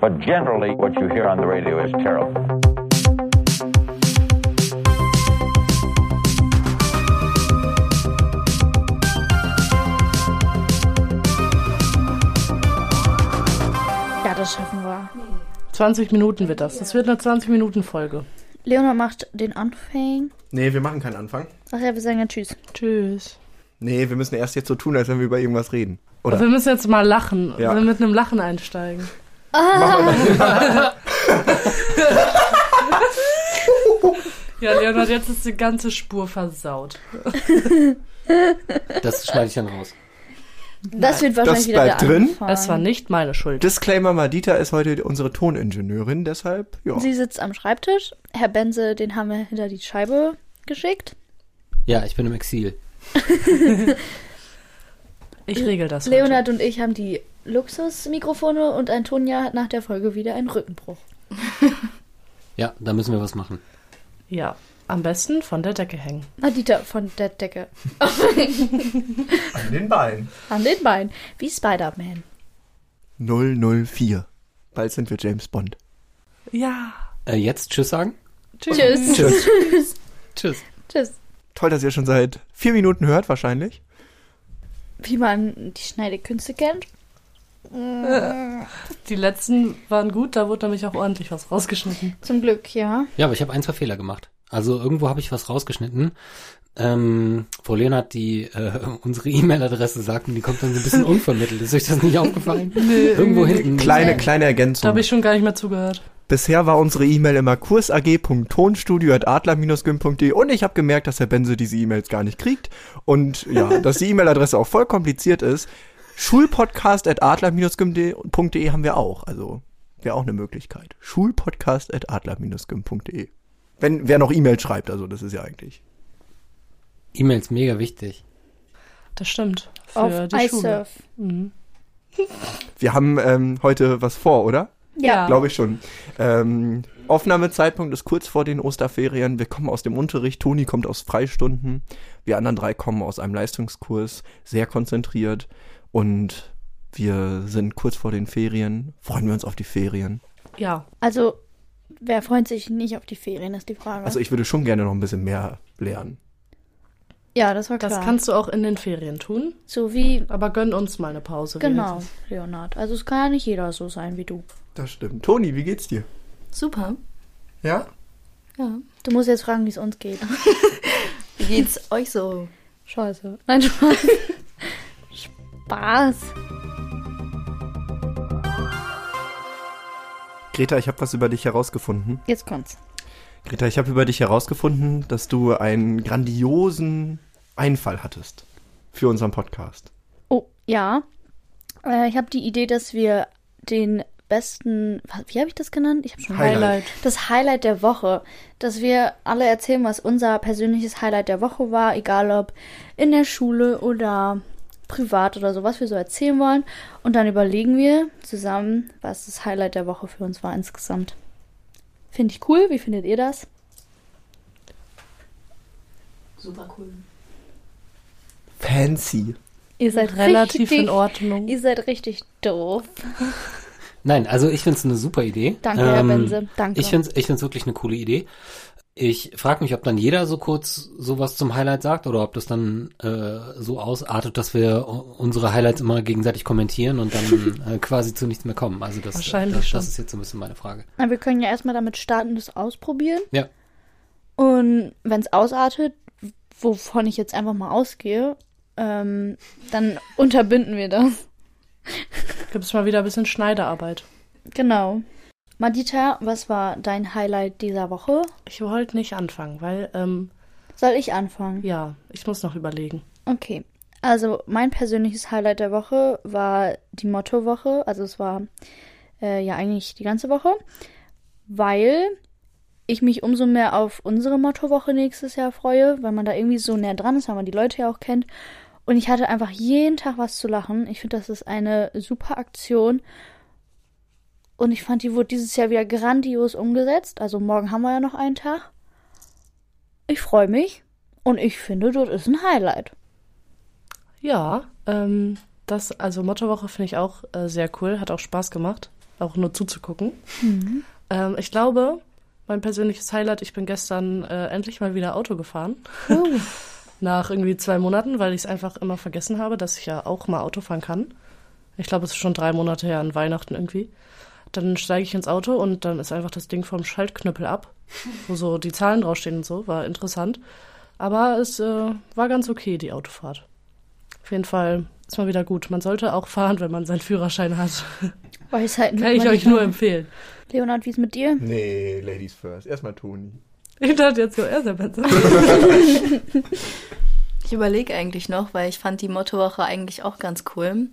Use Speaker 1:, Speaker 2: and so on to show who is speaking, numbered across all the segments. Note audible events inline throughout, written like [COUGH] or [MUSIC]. Speaker 1: But generally, what you hear on the radio is terrible.
Speaker 2: Ja, das schaffen wir.
Speaker 3: 20 Minuten wird das. Das wird eine 20-Minuten-Folge.
Speaker 2: Leona macht den Anfang.
Speaker 4: Nee, wir machen keinen Anfang.
Speaker 2: Ach ja, wir sagen ja Tschüss.
Speaker 3: Tschüss.
Speaker 4: Nee, wir müssen erst jetzt so tun, als wenn wir über irgendwas reden.
Speaker 5: [LAUGHS]
Speaker 4: Oder?
Speaker 3: Wir müssen jetzt mal lachen.
Speaker 4: Ja.
Speaker 3: Wir mit einem Lachen einsteigen. Ja, Leonard, jetzt ist die ganze Spur versaut.
Speaker 6: Das schneide ich dann raus.
Speaker 2: Das wird wahrscheinlich
Speaker 4: Das
Speaker 2: wieder
Speaker 4: bleibt
Speaker 2: der
Speaker 4: drin.
Speaker 2: Anfang.
Speaker 3: Das war nicht meine Schuld.
Speaker 4: Disclaimer, Madita ist heute unsere Toningenieurin, deshalb, ja.
Speaker 2: Sie sitzt am Schreibtisch. Herr Benze, den haben wir hinter die Scheibe geschickt.
Speaker 6: Ja, ich bin im Exil.
Speaker 3: Ich regel das. Heute.
Speaker 2: Leonard und ich haben die Luxusmikrofone und Antonia hat nach der Folge wieder einen Rückenbruch.
Speaker 6: Ja, da müssen wir was machen.
Speaker 3: Ja. Am besten von der Decke hängen.
Speaker 2: Adita Ah, von der Decke.
Speaker 4: An den Beinen.
Speaker 2: An den Beinen. Wie Spider-Man.
Speaker 4: 004. Bald sind wir James Bond.
Speaker 3: Ja.
Speaker 6: Äh, jetzt Tschüss sagen?
Speaker 3: Tschüss.
Speaker 2: Tschüss.
Speaker 6: Tschüss. Tschüss.
Speaker 2: Tschüss.
Speaker 4: Toll, dass ihr schon seit vier Minuten hört, wahrscheinlich.
Speaker 2: Wie man die Schneidekünste kennt.
Speaker 3: Die letzten waren gut, da wurde nämlich auch ordentlich was rausgeschnitten.
Speaker 2: Zum Glück, ja.
Speaker 6: Ja, aber ich habe ein, zwei Fehler gemacht. Also irgendwo habe ich was rausgeschnitten. Ähm, Frau Leonhardt, die äh, [LAUGHS] unsere E-Mail-Adresse sagt und die kommt dann so ein bisschen unvermittelt. Ist euch das nicht aufgefallen?
Speaker 3: Nee,
Speaker 6: irgendwo hinten.
Speaker 4: Kleine, kleine
Speaker 3: Da
Speaker 4: Ergänzung.
Speaker 3: habe ich schon gar nicht mehr zugehört.
Speaker 4: Bisher war unsere E-Mail immer kursag.tonstudio.adler-gym.de und ich habe gemerkt, dass Herr Benze diese E-Mails gar nicht kriegt und ja, dass die E-Mail-Adresse auch voll kompliziert ist. Schulpodcast.adler-gym.de haben wir auch, also wäre auch eine Möglichkeit. Schulpodcast.adler-gym.de. Wenn wer noch E-Mail schreibt, also das ist ja eigentlich.
Speaker 6: E-Mails mega wichtig.
Speaker 3: Das stimmt.
Speaker 2: Auf
Speaker 3: Für die Schule.
Speaker 2: iSurf.
Speaker 3: Mhm.
Speaker 4: Wir haben ähm, heute was vor, oder?
Speaker 2: Ja.
Speaker 4: Glaube ich schon. Ähm, Aufnahmezeitpunkt ist kurz vor den Osterferien. Wir kommen aus dem Unterricht. Toni kommt aus Freistunden. Wir anderen drei kommen aus einem Leistungskurs, sehr konzentriert. Und wir sind kurz vor den Ferien. Freuen wir uns auf die Ferien.
Speaker 3: Ja.
Speaker 2: Also, wer freut sich nicht auf die Ferien, ist die Frage.
Speaker 4: Also ich würde schon gerne noch ein bisschen mehr lernen.
Speaker 2: ja, das war klar.
Speaker 3: Das kannst du auch in den Ferien tun.
Speaker 2: so wie,
Speaker 3: Aber gönn uns mal eine Pause.
Speaker 2: genau,
Speaker 3: wenigstens.
Speaker 2: Leonard. Also es kann ja nicht jeder so sein wie du.
Speaker 4: Das stimmt. Toni, wie geht's dir?
Speaker 7: Super.
Speaker 4: Ja?
Speaker 7: Ja.
Speaker 2: Du musst jetzt fragen, wie es uns geht.
Speaker 7: Wie geht's euch so?
Speaker 2: [LAUGHS] Scheiße. Nein, Spaß. [LAUGHS] Spaß.
Speaker 4: Greta, ich habe was über dich herausgefunden.
Speaker 2: Jetzt kommt's.
Speaker 4: Greta, ich habe über dich herausgefunden, dass du einen grandiosen Einfall hattest für unseren Podcast.
Speaker 2: Oh, ja. Äh, ich habe die Idee, dass wir den besten, wa- wie habe ich das genannt? Ich habe schon
Speaker 4: Highlight.
Speaker 2: das Highlight der Woche, dass wir alle erzählen, was unser persönliches Highlight der Woche war, egal ob in der Schule oder privat oder so, was wir so erzählen wollen. Und dann überlegen wir zusammen, was das Highlight der Woche für uns war insgesamt. Finde ich cool. Wie findet ihr das?
Speaker 7: Super cool.
Speaker 4: Fancy.
Speaker 2: Ihr seid
Speaker 3: Relativ
Speaker 2: richtig,
Speaker 3: in Ordnung.
Speaker 2: Ihr seid richtig doof.
Speaker 6: Nein, also ich find's eine super Idee.
Speaker 2: Danke, Herr
Speaker 6: Ähm,
Speaker 2: Benze. Danke.
Speaker 6: Ich find's, ich find's wirklich eine coole Idee. Ich frage mich, ob dann jeder so kurz sowas zum Highlight sagt oder ob das dann äh, so ausartet, dass wir u- unsere Highlights immer gegenseitig kommentieren und
Speaker 3: [LAUGHS]
Speaker 6: dann äh, quasi zu nichts mehr kommen. Also das,
Speaker 3: Wahrscheinlich
Speaker 6: das,
Speaker 3: schon.
Speaker 6: das ist jetzt so ein bisschen meine Frage.
Speaker 2: Na, wir können ja erstmal damit starten, das ausprobieren.
Speaker 6: Ja.
Speaker 2: Und wenn es ausartet, wovon ich jetzt einfach mal ausgehe, ähm, dann unterbinden wir das.
Speaker 3: Gibt's mal wieder ein bisschen Schneiderarbeit.
Speaker 2: Genau. Madita, was war dein Highlight dieser Woche?
Speaker 3: Ich wollte nicht anfangen, weil, ähm,
Speaker 2: Soll ich anfangen?
Speaker 3: ja, ich muss noch überlegen.
Speaker 2: Okay. Also mein persönliches Highlight der Woche war die Mottowoche. Also es war äh, ja eigentlich die ganze Woche, weil ich mich umso mehr auf unsere Mottowoche nächstes Jahr freue, weil man da irgendwie so näher dran ist, weil man die Leute ja auch kennt. Und ich hatte einfach jeden Tag was zu lachen. Ich finde, das ist eine super Aktion. Und ich fand, die wurde dieses Jahr wieder grandios umgesetzt. Also morgen haben wir ja noch einen Tag. Ich freue mich. Und ich finde, dort ist ein Highlight.
Speaker 3: Ja, ähm, das, also Mottowoche finde ich auch äh, sehr cool, hat auch Spaß gemacht.
Speaker 5: auch nur zuzugucken. Ähm, ich glaube, mein persönliches Highlight, ich bin gestern äh, endlich mal wieder Auto gefahren. [LAUGHS] Nach irgendwie zwei Monaten, weil ich es einfach immer vergessen habe, dass ich ja auch mal Auto fahren kann. Ich glaube, es ist schon drei Monate her an Weihnachten irgendwie. Dann steige ich ins Auto und dann ist einfach das Ding vom Schaltknüppel ab, wo so die Zahlen draufstehen und so. War interessant. Aber es äh, war ganz okay, die Autofahrt. Auf jeden Fall ist mal wieder gut. Man sollte auch fahren, wenn man seinen Führerschein hat.
Speaker 2: Weisheiten.
Speaker 5: Kann ich euch nur empfehlen.
Speaker 2: Leonard, wie ist mit dir?
Speaker 4: Nee, Ladies first. Erstmal Toni.
Speaker 5: Ich dachte jetzt so, er ist der Beste.
Speaker 7: Ich überlege eigentlich noch, weil ich fand die Mottowoche eigentlich auch ganz cool.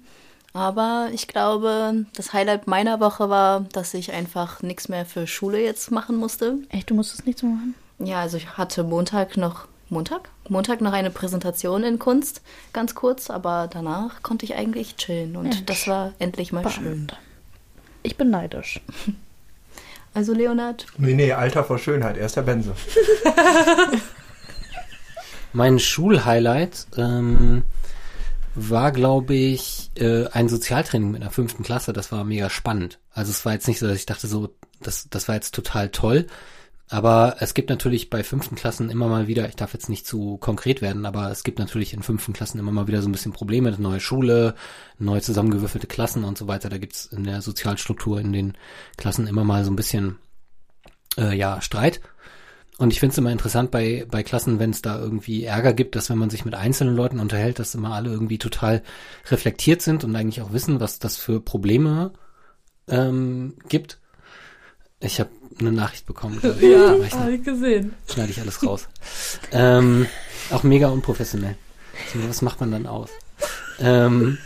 Speaker 7: Aber ich glaube, das Highlight meiner Woche war, dass ich einfach nichts mehr für Schule jetzt machen musste.
Speaker 2: Echt, du musstest nichts mehr machen?
Speaker 7: Ja, also ich hatte Montag noch Montag? Montag noch eine Präsentation in Kunst, ganz kurz, aber danach konnte ich eigentlich chillen und
Speaker 2: Mensch.
Speaker 7: das war endlich mal schön.
Speaker 2: Ich bin neidisch.
Speaker 7: Also Leonard,
Speaker 4: Nee, nee, Alter vor Schönheit. Er ist der Benze.
Speaker 6: Mein Schulhighlight ähm, war, glaube ich, äh, ein Sozialtraining mit einer fünften Klasse. Das war mega spannend. Also es war jetzt nicht so, dass ich dachte so, das, das war jetzt total toll. Aber es gibt natürlich bei fünften Klassen immer mal wieder, ich darf jetzt nicht zu konkret werden, aber es gibt natürlich in fünften Klassen immer mal wieder so ein bisschen Probleme, neue Schule, neu zusammengewürfelte Klassen und so weiter. Da gibt's in der Sozialstruktur in den Klassen immer mal so ein bisschen äh, ja, Streit. Und ich finde es immer interessant bei, bei Klassen, wenn es da irgendwie Ärger gibt, dass wenn man sich mit einzelnen Leuten unterhält, dass immer alle irgendwie total reflektiert sind und eigentlich auch wissen, was das für Probleme ähm, gibt. Ich habe eine Nachricht bekommen. glaub ich, auf
Speaker 3: Ja,
Speaker 5: [LAUGHS]
Speaker 6: dem Rechner.
Speaker 3: habe ich gesehen.
Speaker 6: Schneide ich alles raus. [LAUGHS] ähm, auch mega unprofessionell. So, Was macht man dann aus? Ähm,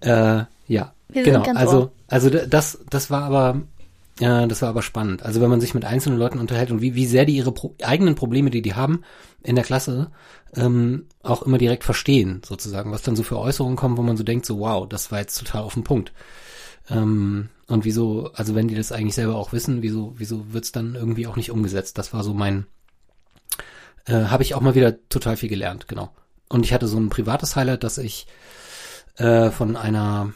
Speaker 6: äh, ja,
Speaker 2: Wir sind
Speaker 6: genau.
Speaker 2: ganz
Speaker 6: also,
Speaker 2: ohr.
Speaker 6: also d- das, das war aber, äh, das war aber spannend. Also wenn man sich mit einzelnen Leuten unterhält und wie, wie sehr die ihre Pro eigenen Probleme, die die haben in der Klasse, ähm, auch immer direkt verstehen, sozusagen, was dann so für Äußerungen kommen, wo man so denkt, so wow, das war jetzt total auf den Punkt. Ähm, und wieso, also wenn die das eigentlich selber auch wissen, wieso, wieso wird's dann irgendwie auch nicht umgesetzt? Das war so mein, äh, habe ich auch mal wieder total viel gelernt, genau. Und ich hatte so ein privates Highlight, dass ich äh, von einer,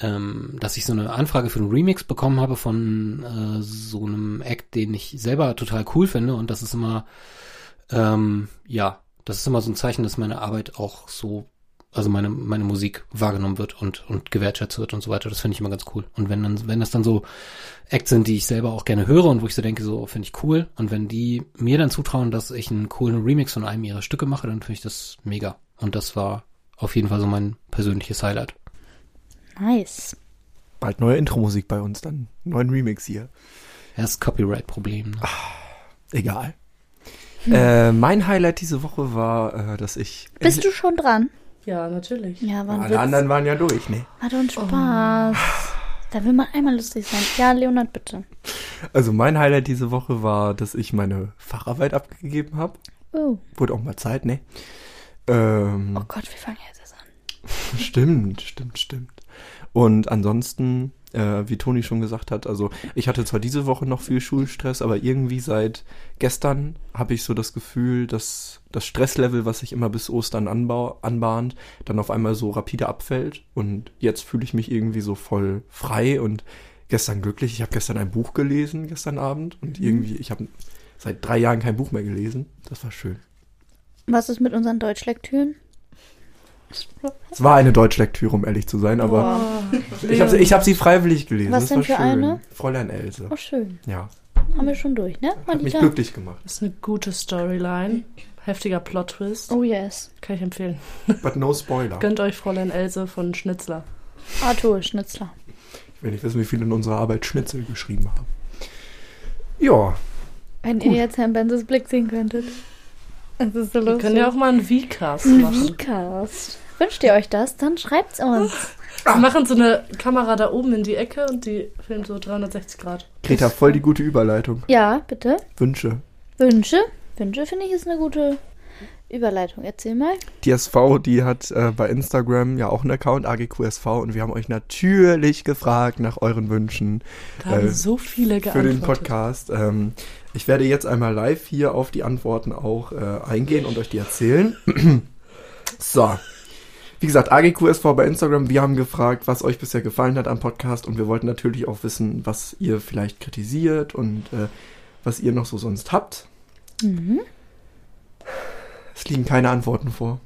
Speaker 6: ähm, dass ich so eine Anfrage für einen Remix bekommen habe von äh, so einem Act, den ich selber total cool finde. Und das ist immer, ähm, ja, das ist immer so ein Zeichen, dass meine Arbeit auch so also meine, meine Musik wahrgenommen wird und, und gewertschätzt wird und so weiter. Das finde ich immer ganz cool. Und wenn dann, wenn das dann so Acts sind, die ich selber auch gerne höre und wo ich so denke, so finde ich cool. Und wenn die mir dann zutrauen, dass ich einen coolen Remix von einem ihrer Stücke mache, dann finde ich das mega. Und das war auf jeden Fall so mein persönliches Highlight.
Speaker 2: Nice.
Speaker 4: Bald neue Intro-Musik bei uns, dann neuen Remix hier.
Speaker 6: Ja, das Copyright-Problem. Ne?
Speaker 4: Egal.
Speaker 2: Hm.
Speaker 4: Äh, mein Highlight diese Woche war, äh, dass ich.
Speaker 2: Bist du schon dran?
Speaker 5: Ja, natürlich.
Speaker 2: Ja, war ein
Speaker 4: Alle
Speaker 2: Witz.
Speaker 4: anderen waren ja durch, ne?
Speaker 2: Hat uns Spaß. Da will man einmal lustig sein. Ja, Leonard, bitte.
Speaker 4: Also mein Highlight diese Woche war, dass ich meine Facharbeit abgegeben habe.
Speaker 2: Oh,
Speaker 4: Wurde auch mal Zeit, ne? Ähm,
Speaker 2: oh Gott, wir fangen jetzt erst an.
Speaker 4: Stimmt, stimmt, stimmt. Und ansonsten, äh, wie Toni schon gesagt hat, also ich hatte zwar diese Woche noch viel Schulstress, aber irgendwie seit gestern habe ich so das Gefühl, dass das Stresslevel, was sich immer bis Ostern anbau anbahnt, dann auf einmal so rapide abfällt. Und jetzt fühle ich mich irgendwie so voll frei und gestern glücklich. Ich habe gestern ein Buch gelesen, gestern Abend. Und irgendwie, ich habe seit drei Jahren kein Buch mehr gelesen. Das war schön.
Speaker 2: Was ist mit unseren Deutschlektüren?
Speaker 4: Es war eine Deutschlektüre, um ehrlich zu sein, aber... Ich habe ich hab sie freiwillig gelesen.
Speaker 2: Was
Speaker 4: das
Speaker 2: denn
Speaker 4: war
Speaker 2: für
Speaker 4: schön.
Speaker 2: eine?
Speaker 4: Fräulein Else.
Speaker 2: Oh, schön.
Speaker 4: Ja,
Speaker 2: Haben wir schon durch, ne?
Speaker 4: hat mich
Speaker 2: Malika?
Speaker 4: glücklich gemacht.
Speaker 5: Das ist eine gute Storyline. Heftiger Plot-Twist.
Speaker 2: Oh, yes.
Speaker 5: Kann ich empfehlen.
Speaker 4: But no spoiler.
Speaker 5: Gönnt euch Fräulein Else von Schnitzler.
Speaker 2: Arthur Schnitzler.
Speaker 4: Ich will nicht wissen, wie viele in unserer Arbeit Schnitzel geschrieben haben. Ja,
Speaker 2: Wenn ihr jetzt Herrn Benzes Blick sehen könntet. Das ist so
Speaker 5: Wir
Speaker 2: lustig.
Speaker 5: können ja auch mal einen V-Cast
Speaker 2: Ein
Speaker 5: machen.
Speaker 2: V-Cast. Wünscht ihr euch das? Dann schreibt's
Speaker 5: Ah.
Speaker 2: uns.
Speaker 5: Wir machen so eine Kamera da oben in die Ecke und die filmt so 360 Grad.
Speaker 4: Greta, voll die gute Überleitung.
Speaker 2: Ja, bitte.
Speaker 4: Wünsche.
Speaker 2: Wünsche? Wünsche finde ich ist eine gute Überleitung. Erzähl mal.
Speaker 4: Die SV, die hat äh, bei Instagram ja auch einen Account, AGQSV, und wir haben euch natürlich gefragt nach euren Wünschen
Speaker 5: Da haben
Speaker 4: Äh,
Speaker 5: so viele
Speaker 4: für
Speaker 5: geantwortet.
Speaker 4: den Podcast. Ähm, ich werde jetzt einmal live hier auf die Antworten auch äh, eingehen und euch die erzählen. [CLEARS THROAT] so. Wie gesagt, AGQSV bei Instagram. Wir haben gefragt, was euch bisher gefallen hat am Podcast und wir wollten natürlich auch wissen, was ihr vielleicht kritisiert und äh, was ihr noch so sonst habt. Mhm. Es liegen keine Antworten vor.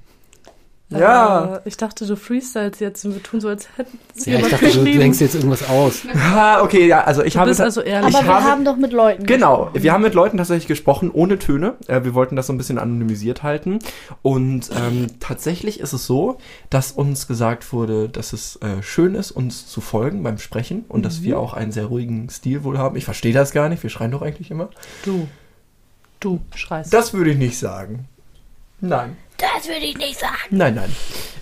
Speaker 4: Ja.
Speaker 5: Äh, ich dachte, du freestyles jetzt und wir tun so, als hätten sie
Speaker 6: Ja, ich
Speaker 5: jemand
Speaker 6: dachte, du
Speaker 5: geschrieben.
Speaker 6: denkst jetzt irgendwas aus.
Speaker 4: Ah, okay, ja, also ich
Speaker 5: du
Speaker 4: habe
Speaker 5: bist
Speaker 4: ta-
Speaker 5: also ehrlich.
Speaker 2: Aber wir
Speaker 4: habe-
Speaker 2: haben doch mit Leuten.
Speaker 4: Genau, wir haben mit Leuten tatsächlich gesprochen, ohne Töne. Äh, wir wollten das so ein bisschen anonymisiert halten. Und ähm, tatsächlich ist es so, dass uns gesagt wurde, dass es äh, schön ist, uns zu folgen beim Sprechen und dass wir auch einen sehr ruhigen Stil wohl haben. Ich verstehe das gar nicht, wir schreien doch eigentlich immer.
Speaker 5: du. Du schreist.
Speaker 4: Das würde ich nicht sagen. Nein.
Speaker 2: Das würde ich nicht sagen.
Speaker 4: Nein, nein.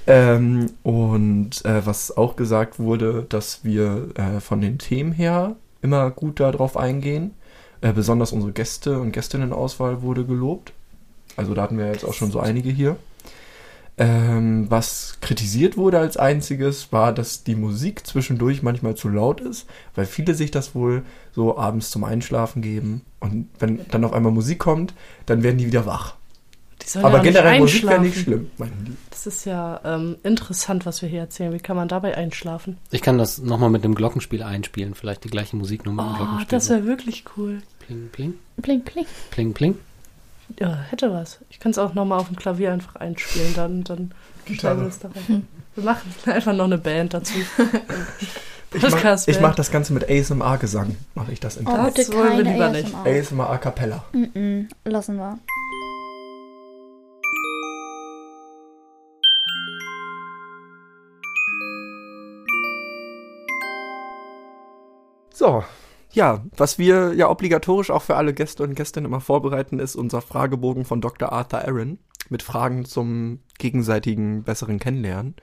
Speaker 4: Ähm, und äh, was auch gesagt wurde, dass wir äh, von den Themen her immer gut darauf eingehen. Äh, besonders unsere Gäste und Gästinnenauswahl wurde gelobt. Also da hatten wir jetzt auch schon so einige hier. Ähm, was kritisiert wurde als einziges, war, dass die Musik zwischendurch manchmal zu laut ist, weil viele sich das wohl so abends zum Einschlafen geben. Und wenn dann auf einmal Musik kommt, dann werden die wieder wach.
Speaker 5: Die sollen
Speaker 4: Aber
Speaker 5: ja auch
Speaker 4: generell
Speaker 5: nicht
Speaker 4: Musik wäre nicht
Speaker 5: einschlafen.
Speaker 4: schlimm, meinen die.
Speaker 5: Das ist ja ähm, interessant, was wir hier erzählen. Wie kann man dabei einschlafen?
Speaker 6: Ich kann das nochmal mit dem Glockenspiel einspielen, vielleicht die gleiche Musiknummer im
Speaker 5: Oh,
Speaker 6: Glockenspiel.
Speaker 5: das wäre wirklich cool.
Speaker 6: pling, pling,
Speaker 2: Blink, blink.
Speaker 6: pling, pling.
Speaker 5: Ja, hätte was. Ich kann es auch nochmal auf dem Klavier einfach einspielen, dann, dann schreiben wir das da rein. Wir machen [LAUGHS] einfach noch eine Band dazu.
Speaker 4: Ich mach,
Speaker 5: Podcast
Speaker 4: ich
Speaker 5: wäre.
Speaker 4: mach das Ganze mit ASMR-Gesang. Mache ich das im
Speaker 2: Oh,
Speaker 4: Podcast.
Speaker 2: bitte
Speaker 5: wollen wir
Speaker 2: keine
Speaker 5: lieber nicht.
Speaker 2: ASMR.
Speaker 4: ASMR a cappella.
Speaker 2: Mm-mm, lassen wir.
Speaker 4: So. Ja, was wir ja obligatorisch auch für alle Gäste und Gästinnen immer vorbereiten, ist unser Fragebogen von Dr. Arthur Aaron mit Fragen zum gegenseitigen besseren Kennenlernen.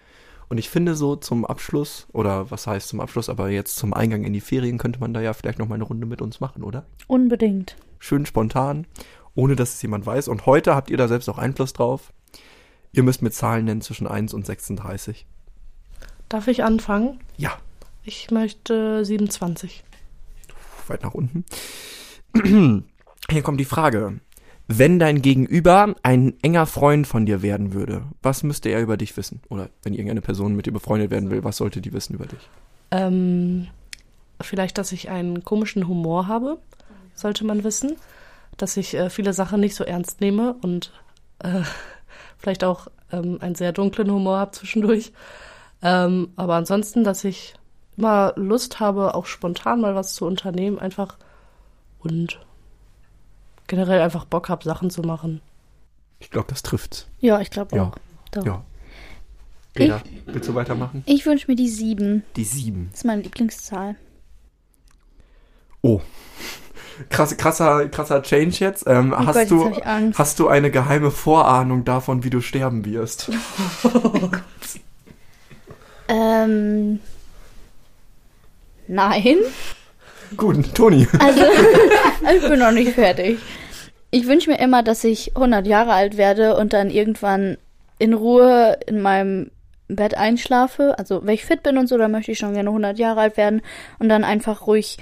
Speaker 4: Und ich finde so zum Abschluss, oder was heißt zum Abschluss, aber jetzt zum Eingang in die Ferien könnte man da ja vielleicht noch mal eine Runde mit uns machen, oder?
Speaker 2: Unbedingt.
Speaker 4: schön spontan, ohne dass es jemand weiß. Und heute habt ihr da selbst auch Einfluss drauf. Ihr müsst mir Zahlen nennen zwischen 1 und 36.
Speaker 5: Darf ich anfangen?
Speaker 4: Ja,
Speaker 5: Ich möchte 27.
Speaker 4: weit nach unten. [CLEARS THROAT] Hier kommt die Frage. Wenn dein Gegenüber ein enger Freund von dir werden würde, was müsste er über dich wissen? Oder wenn irgendeine Person mit dir befreundet werden will, was sollte die wissen über dich?
Speaker 5: Ähm, vielleicht, dass ich einen komischen Humor habe, sollte man wissen. Dass ich äh, viele Sachen nicht so ernst nehme und äh, [LAUGHS] vielleicht auch ähm, einen sehr dunklen Humor habe zwischendurch. Ähm, aber ansonsten, dass ich immer Lust habe, auch spontan mal was zu unternehmen, einfach und generell einfach Bock habe, Sachen zu machen.
Speaker 4: Ich glaube, das trifft's.
Speaker 2: Ja, ich glaube
Speaker 4: Ja.
Speaker 2: auch. Doch.
Speaker 4: Ja.
Speaker 2: Ich-
Speaker 4: Peter, willst du weitermachen?
Speaker 2: Ich wünsche mir die 7.
Speaker 4: Die 7.
Speaker 2: Das ist meine Lieblingszahl.
Speaker 4: Oh. Krass, krasser, krasser Change jetzt. Ähm,
Speaker 2: Oh
Speaker 4: hast
Speaker 2: Gott, jetzt
Speaker 4: du,
Speaker 2: hab ich Angst.
Speaker 4: hast du eine geheime Vorahnung davon, wie du
Speaker 2: [LAUGHS]
Speaker 4: sterben wirst?
Speaker 2: Ähm. Nein.
Speaker 4: Gut, Toni.
Speaker 2: Also, [LAUGHS] ich bin noch nicht fertig. Ich wünsche mir immer, dass ich 100 Jahre alt werde und dann irgendwann in Ruhe in meinem Bett einschlafe. Also, wenn ich fit bin und so, dann möchte ich schon gerne 100 Jahre alt werden und dann einfach ruhig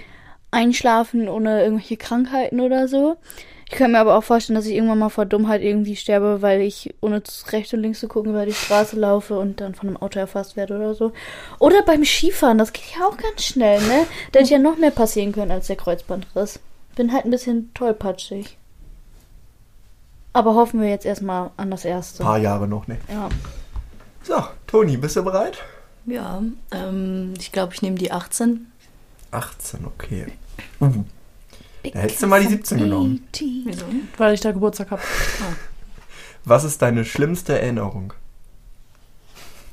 Speaker 2: einschlafen ohne irgendwelche Krankheiten oder so. Ich kann mir aber auch vorstellen, dass ich irgendwann mal vor Dummheit irgendwie sterbe, weil ich ohne zu- rechts und links zu gucken über die Straße laufe und dann von einem Auto erfasst werde oder so. Oder beim Skifahren, das geht ja auch ganz schnell, ne? Da hätte ja noch mehr passieren können als der Kreuzbandriss. Bin halt ein bisschen tollpatschig. Aber hoffen wir jetzt erstmal an das Erste.
Speaker 4: Jahre noch, ne?
Speaker 2: Ja.
Speaker 4: So, Toni, bist du bereit?
Speaker 7: Ja, ähm, ich glaube, ich nehme die 18.
Speaker 4: 18, okay. Uh, da hättest du mal die 17 genommen.
Speaker 7: Wieso?
Speaker 5: Weil ich da Geburtstag habe.
Speaker 4: Was ist deine schlimmste Erinnerung?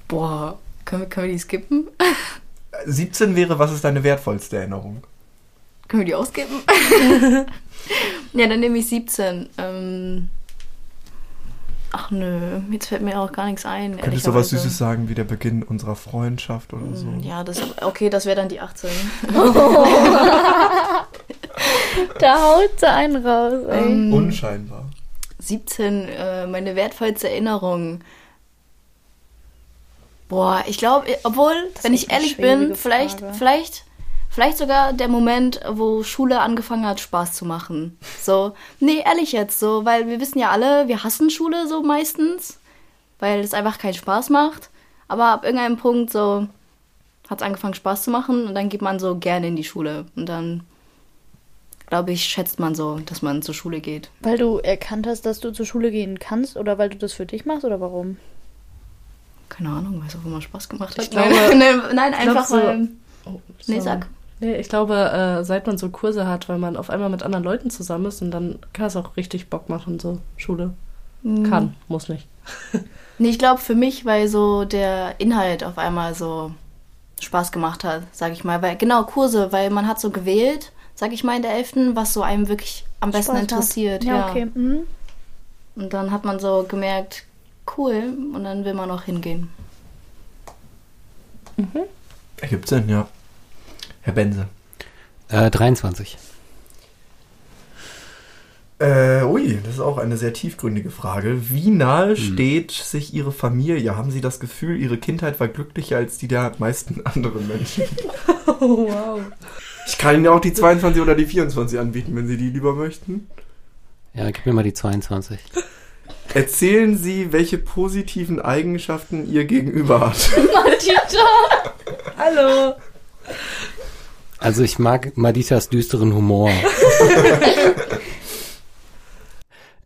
Speaker 7: Boah, können wir, können wir die skippen?
Speaker 4: Äh, 17 wäre, was ist deine wertvollste Erinnerung?
Speaker 7: Können wir die ausgeben? ja, dann nehme ich 17. Ähm, ach nö, jetzt fällt mir auch gar nichts ein.
Speaker 4: Könntest du was
Speaker 7: ehrlicherweise. Mm,
Speaker 4: Süßes sagen, wie der Beginn unserer Freundschaft oder so?
Speaker 7: Ja, das, okay, das wäre dann die 18.
Speaker 2: Da haut sie einen raus, ey.
Speaker 7: Ähm,
Speaker 4: Unscheinbar.
Speaker 7: 17, äh, meine wertvollste Erinnerung. Boah, ich glaube, obwohl,
Speaker 2: ist
Speaker 7: wenn
Speaker 2: echt
Speaker 7: ich
Speaker 2: eine
Speaker 7: ehrlich
Speaker 2: schwierige
Speaker 7: bin, vielleicht,
Speaker 2: Frage.
Speaker 7: vielleicht, vielleicht sogar der Moment, wo Schule angefangen hat, Spaß zu machen. So, nee, ehrlich jetzt, so, weil wir wissen ja alle, wir hassen Schule so meistens, weil es einfach keinen Spaß macht. Aber ab irgendeinem Punkt so hat es angefangen Spaß zu machen und dann geht man so gerne in die Schule. Und dann, glaube ich, schätzt man so, dass man zur Schule geht.
Speaker 2: Weil du erkannt hast, dass du zur Schule gehen kannst oder weil du das für dich machst oder warum?
Speaker 7: Keine Ahnung, weiß auch, wo man Spaß gemacht hat.
Speaker 5: Ich
Speaker 7: [LAUGHS]
Speaker 5: glaube-
Speaker 7: nein, nein,
Speaker 5: glaub
Speaker 7: einfach
Speaker 5: so-
Speaker 7: mal.
Speaker 5: Oh,
Speaker 7: Nee,
Speaker 5: sorry.
Speaker 7: sag.
Speaker 5: Nee, ich glaube, äh, seit man so Kurse hat, weil man auf einmal mit anderen Leuten zusammen ist und dann kann es auch richtig Bock machen, so Schule. Kann, muss nicht.
Speaker 7: Nee, ich glaube für mich, weil so der Inhalt auf einmal so Spaß gemacht hat, sag ich mal. Weil, genau, Kurse, weil man hat so gewählt, sag ich mal, in der 11., was so einem wirklich am besten
Speaker 2: Spaß macht.
Speaker 7: interessiert.
Speaker 2: Ja, okay. Mhm.
Speaker 7: Und dann hat man so gemerkt, cool, und dann will man auch hingehen.
Speaker 4: Ergibt Sinn, ja. Herr Benze.
Speaker 6: Äh, 23.
Speaker 4: Äh, ui, das ist auch eine sehr tiefgründige Frage. Wie nahe steht sich Ihre Familie? Haben Sie das Gefühl, Ihre Kindheit war glücklicher als die der meisten [LAUGHS] anderen Menschen?
Speaker 5: Oh, wow.
Speaker 4: Ich kann Ihnen auch die 22 oder die 24 anbieten, wenn Sie die lieber möchten.
Speaker 6: Ja, gib mir mal die 22.
Speaker 4: Erzählen Sie, welche positiven Eigenschaften Ihr Gegenüber hat.
Speaker 5: Hallo.
Speaker 6: Also ich mag Maditas
Speaker 2: [LAUGHS]
Speaker 6: düsteren Humor.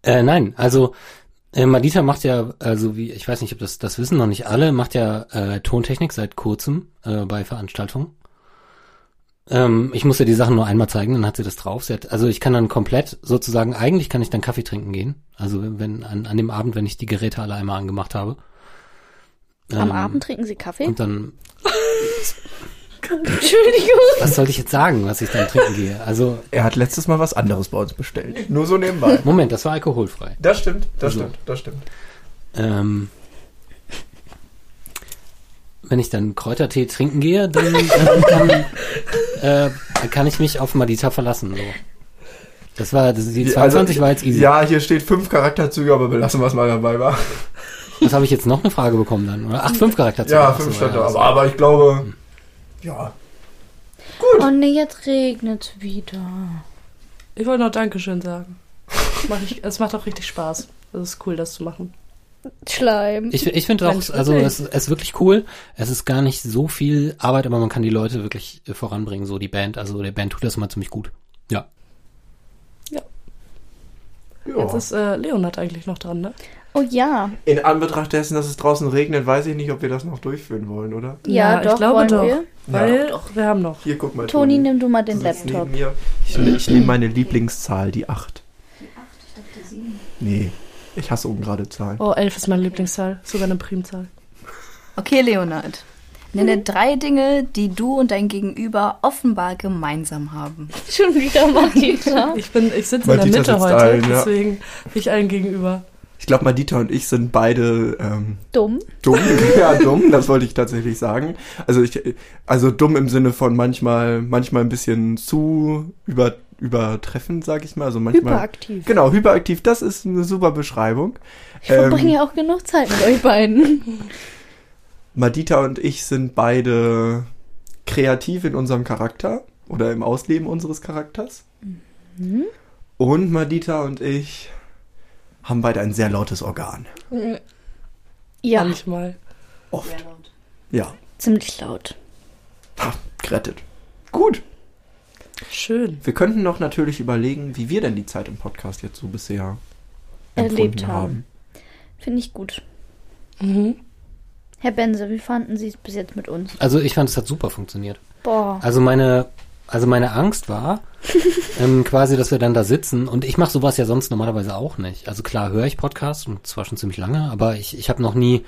Speaker 6: äh, nein, also äh, Madita macht ja, also wie, ich weiß nicht, ob das, das wissen noch nicht alle, macht ja äh, Tontechnik seit kurzem äh, bei Veranstaltungen. Ähm, ich muss ihr die Sachen nur einmal zeigen, dann hat sie das drauf. Sie hat, also ich kann dann komplett sozusagen, eigentlich kann ich dann Kaffee trinken gehen. Also wenn, wenn an, an dem Abend, wenn ich die Geräte alle einmal angemacht habe.
Speaker 2: Am
Speaker 6: Ähm,
Speaker 2: Abend trinken sie Kaffee?
Speaker 6: Und dann
Speaker 2: Entschuldigung.
Speaker 6: Was soll ich jetzt sagen, was ich dann trinken gehe? Also,
Speaker 4: Er hat letztes Mal was anderes bei uns bestellt. Nur so nebenbei.
Speaker 6: Moment, das war alkoholfrei.
Speaker 4: Das stimmt, das
Speaker 6: So.
Speaker 4: stimmt, das stimmt.
Speaker 6: Ähm, wenn ich dann Kräutertee trinken gehe, dann, dann äh, kann ich mich auf Madita verlassen. So. Das war, das, die 22 war jetzt easy.
Speaker 4: also, Ja, hier steht fünf Charakterzüge, aber belassen wir es mal dabei, war.
Speaker 6: Was habe ich jetzt noch eine Frage bekommen dann? Oder? Ach, fünf Charakter.
Speaker 4: Ja, fünf stand da. Aber, aber ich glaube, ja.
Speaker 2: Oh nee, jetzt regnet wieder.
Speaker 5: Ich wollte noch Dankeschön sagen. Mach ich, es macht auch richtig Spaß. Es ist cool, das zu machen.
Speaker 2: Schleim.
Speaker 6: Ich, ich finde auch,
Speaker 5: Mensch,
Speaker 6: also
Speaker 5: wirklich.
Speaker 6: es, es ist wirklich cool. Es ist gar nicht so viel Arbeit, aber man kann die Leute wirklich äh, voranbringen, so die Band. Also der Band tut das mal ziemlich gut. Ja.
Speaker 4: ja.
Speaker 5: Jetzt ist äh, Leonard eigentlich noch dran, ne?
Speaker 2: Oh ja.
Speaker 4: In Anbetracht dessen, dass es draußen regnet, weiß ich nicht, ob wir das noch durchführen wollen, oder?
Speaker 2: Ja,
Speaker 5: Ja, ich
Speaker 2: doch,
Speaker 5: glaube
Speaker 2: wollen
Speaker 5: doch.
Speaker 2: wir.
Speaker 5: Weil wir haben noch.
Speaker 4: Hier, guck mal.
Speaker 2: Toni, nimm du mal den
Speaker 4: Du sitzt
Speaker 2: Laptop.
Speaker 4: Neben mir. Ich, ich nehme meine Lieblingszahl, die 8. Die 8? Ich dachte 7. Nee, ich hasse oben gerade Zahlen.
Speaker 5: Oh, elf ist meine Lieblingszahl. Sogar eine Primzahl.
Speaker 7: Okay, Leonard. Nenne drei Dinge, die du und dein Gegenüber offenbar gemeinsam haben.
Speaker 2: [LAUGHS] Schon wieder
Speaker 5: [LAUGHS]
Speaker 2: Matita.
Speaker 5: Ich bin, ich sitze in der
Speaker 4: Martita
Speaker 5: Mitte
Speaker 4: sitzt
Speaker 5: heute,
Speaker 4: allen, ja.
Speaker 5: deswegen bin ich allen gegenüber.
Speaker 4: Ich glaube, Madita und ich sind beide ähm,
Speaker 2: Dumm.
Speaker 4: dumm. [LAUGHS] ja, dumm, das wollte ich tatsächlich sagen. Also ich, also dumm im Sinne von manchmal, manchmal ein bisschen zu über, übertreffend, sag ich mal. Also manchmal.
Speaker 2: Hyperaktiv.
Speaker 4: Genau, hyperaktiv, das ist eine super Beschreibung.
Speaker 2: Ich verbringe
Speaker 4: Ähm,
Speaker 2: ja auch genug Zeit mit euch beiden.
Speaker 4: Madita und ich sind beide kreativ in unserem Charakter oder im Ausleben unseres Charakters.
Speaker 2: Mhm.
Speaker 4: Und Madita und ich haben beide ein sehr lautes Organ.
Speaker 2: Ja,
Speaker 5: Manchmal.
Speaker 4: Oft. Ja,
Speaker 2: ziemlich laut.
Speaker 4: ha, gerettet. Gut.
Speaker 5: Schön.
Speaker 4: Wir könnten noch natürlich überlegen, wie wir denn die Zeit im Podcast jetzt so bisher empfunden
Speaker 2: Erlebt
Speaker 4: haben.
Speaker 2: haben. Finde ich gut.
Speaker 5: Mhm.
Speaker 2: Herr Benze, wie fanden Sie es bis jetzt mit uns?
Speaker 6: Also ich fand, es hat super funktioniert.
Speaker 2: Boah.
Speaker 6: Also meine, also meine Angst war ähm, quasi, dass wir dann da sitzen und ich mache sowas ja sonst normalerweise auch nicht. Also klar höre ich Podcasts und zwar schon ziemlich lange, aber ich, ich habe noch nie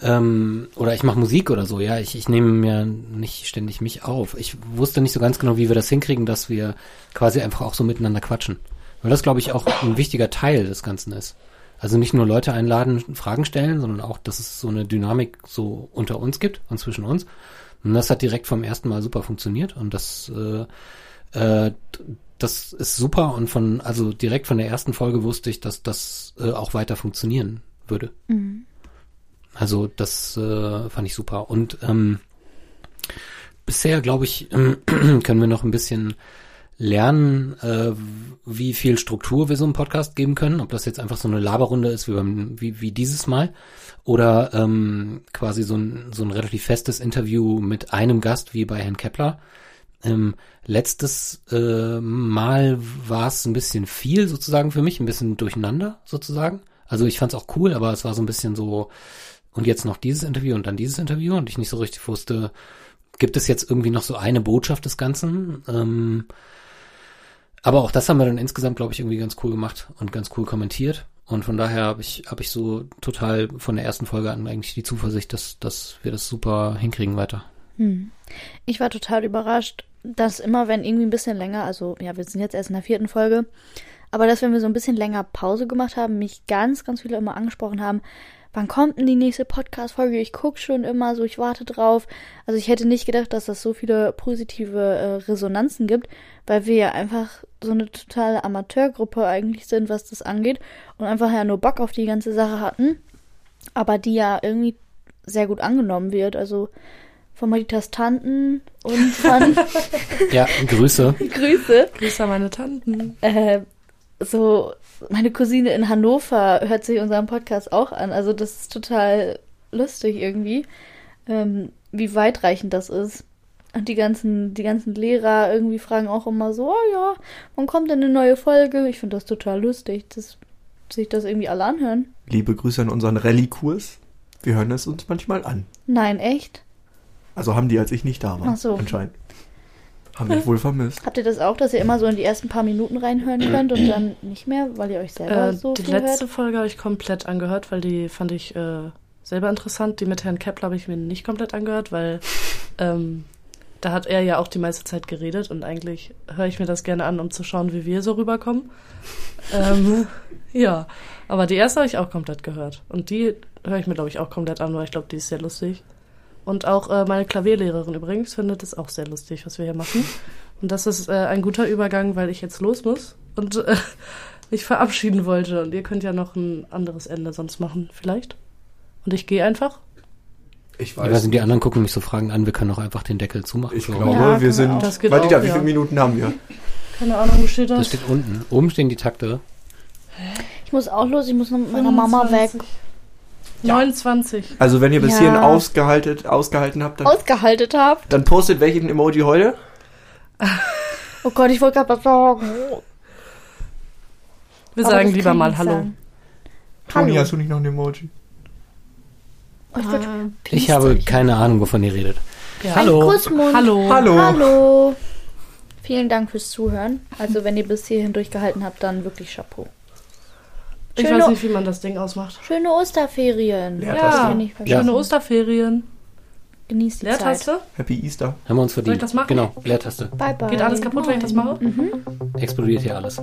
Speaker 6: ähm, oder ich mache Musik oder so, ja, ich, ich nehme mir nicht ständig mich auf. Ich wusste nicht so ganz genau, wie wir das hinkriegen, dass wir quasi einfach auch so miteinander quatschen. Weil das, glaube ich, auch ein wichtiger Teil des Ganzen ist. Also nicht nur Leute einladen, Fragen stellen, sondern auch, dass es so eine Dynamik so unter uns gibt und zwischen uns. Und das hat direkt vom ersten Mal super funktioniert und das, äh, äh, d- das ist super und von, also direkt von der ersten Folge wusste ich, dass das äh, auch weiter funktionieren würde.
Speaker 2: Mhm.
Speaker 6: Also das äh, fand ich super. ähm, [CLEARS THROAT] Und ähm, bisher, glaube ich, können wir noch ein bisschen lernen, äh, wie viel Struktur wir so einem Podcast geben können, ob das jetzt einfach so eine Laberrunde ist wie, beim, wie, wie dieses Mal oder ähm, quasi so ein, so ein relativ festes Interview mit einem Gast wie bei Herrn Kepler. Ähm, letztes äh, Mal war es ein bisschen viel sozusagen für mich, ein bisschen durcheinander sozusagen. Also ich fand es auch cool, aber es war so ein bisschen so, und jetzt noch dieses Interview und dann dieses Interview und ich nicht so richtig wusste, gibt es jetzt irgendwie noch so eine Botschaft des Ganzen? Ähm, aber auch das haben wir dann insgesamt, glaube ich, irgendwie ganz cool gemacht und ganz cool kommentiert. Und von daher habe ich, habe ich so total von der ersten Folge an eigentlich die Zuversicht, dass, dass wir das super hinkriegen weiter.
Speaker 2: Hm. Ich war total überrascht, dass immer, wenn irgendwie ein bisschen länger, also ja, wir sind jetzt erst in der vierten Folge, aber dass, wenn wir so ein bisschen länger Pause gemacht haben, mich ganz, ganz viele immer angesprochen haben, wann kommt denn die nächste Podcast-Folge? Ich gucke schon immer so, ich warte drauf. Also ich hätte nicht gedacht, dass das so viele positive äh, Resonanzen gibt, weil wir ja einfach so eine totale Amateurgruppe eigentlich sind, was das angeht und einfach ja nur Bock auf die ganze Sache hatten, aber die ja irgendwie sehr gut angenommen wird. Also von Maritas Tanten und
Speaker 5: [LAUGHS]
Speaker 2: von
Speaker 6: Ja, Grüße.
Speaker 2: Grüße.
Speaker 5: Grüße an meine Tanten.
Speaker 2: Äh, so, meine Cousine in Hannover hört sich unseren Podcast auch an. Also, das ist total lustig irgendwie, ähm, wie weitreichend das ist. Und die ganzen, die ganzen Lehrer irgendwie fragen auch immer so, oh ja, wann kommt denn eine neue Folge? Ich finde das total lustig, dass sich das irgendwie alle anhören.
Speaker 4: Liebe Grüße an unseren Rallye-Kurs. Wir hören es uns manchmal an.
Speaker 2: Nein, echt?
Speaker 4: Also haben die, als ich nicht da war.
Speaker 2: Ach so.
Speaker 4: Anscheinend. Haben mich wohl vermisst.
Speaker 2: Habt ihr das auch, dass ihr immer so in die ersten paar Minuten reinhören könnt und dann nicht mehr, weil ihr euch selber
Speaker 5: Äh,
Speaker 2: so
Speaker 5: die
Speaker 2: viel
Speaker 5: letzte
Speaker 2: hört?
Speaker 5: Folge habe ich komplett angehört, weil die fand ich äh, selber interessant. Die mit Herrn Kepler habe ich mir nicht komplett
Speaker 2: [LAUGHS]
Speaker 5: angehört, weil ähm, da hat er ja auch die meiste Zeit geredet und eigentlich höre ich mir das gerne an, um zu schauen, wie wir
Speaker 2: [LAUGHS]
Speaker 5: so rüberkommen. ähm, ja, aber die erste habe ich auch komplett gehört. Und die höre ich mir, glaube ich, auch komplett an, weil ich glaube, die ist sehr lustig. Und auch äh, meine Klavierlehrerin übrigens findet es auch sehr lustig, was wir
Speaker 2: [LAUGHS]
Speaker 5: hier machen. Und das ist äh, ein guter Übergang, weil ich jetzt los muss und äh, mich verabschieden wollte. Und ihr könnt ja noch ein anderes Ende sonst machen, vielleicht. Und ich gehe einfach.
Speaker 4: Ich
Speaker 6: Ich weiß nicht, die anderen gucken mich so Fragen an, wir können auch einfach den Deckel zumachen.
Speaker 4: Ich
Speaker 6: So.
Speaker 4: glaube,
Speaker 2: Ja,
Speaker 4: wir
Speaker 2: können wir
Speaker 4: sind.
Speaker 2: auch.
Speaker 5: Das geht
Speaker 4: Marita,
Speaker 5: auch,
Speaker 4: wie
Speaker 5: ja.
Speaker 4: viele Minuten haben wir?
Speaker 5: Keine Ahnung, wo steht
Speaker 6: Das
Speaker 5: das?
Speaker 6: steht unten. Oben stehen die Takte.
Speaker 2: Ich muss auch los, ich muss noch mit meiner Mama weg.
Speaker 5: 29.
Speaker 4: Also, wenn ihr bis
Speaker 2: Ja.
Speaker 4: hierhin ausgehalten, ausgehalten habt, dann,
Speaker 2: Ausgehaltet habe.
Speaker 4: dann postet welchen Emoji heute.
Speaker 2: Oh Gott, ich wollte gerade was sagen.
Speaker 5: Wir
Speaker 2: Aber
Speaker 5: sagen
Speaker 2: das
Speaker 5: lieber
Speaker 2: kann
Speaker 5: mal
Speaker 2: ich
Speaker 5: Hallo.
Speaker 2: sagen.
Speaker 4: Toni,
Speaker 2: Hallo.
Speaker 4: hast du nicht noch ein Emoji?
Speaker 2: Oh, ich wollte-
Speaker 6: Ich habe keine Ahnung, wovon ihr redet.
Speaker 5: Ja.
Speaker 6: Hallo.
Speaker 2: Kussmund.
Speaker 5: Ah. Hallo.
Speaker 4: Hallo.
Speaker 2: Hallo. Vielen Dank fürs Zuhören. Also, wenn ihr bis hierhin durchgehalten habt, dann wirklich Chapeau.
Speaker 5: Ich
Speaker 2: Schöne-
Speaker 5: weiß nicht, wie man das Ding ausmacht.
Speaker 2: Schöne Osterferien.
Speaker 4: Leertaste.
Speaker 2: Das will ich nicht
Speaker 6: Ja.
Speaker 2: vergessen.
Speaker 5: Schöne Osterferien.
Speaker 2: Genießt die Zeit.
Speaker 5: Leertaste.
Speaker 4: Happy Easter.
Speaker 6: Haben wir uns verdient.
Speaker 5: ich das machen?
Speaker 6: Genau, Leertaste.
Speaker 2: Bye, bye.
Speaker 5: Geht alles kaputt, wenn ich das mache?
Speaker 6: Explodiert hier alles.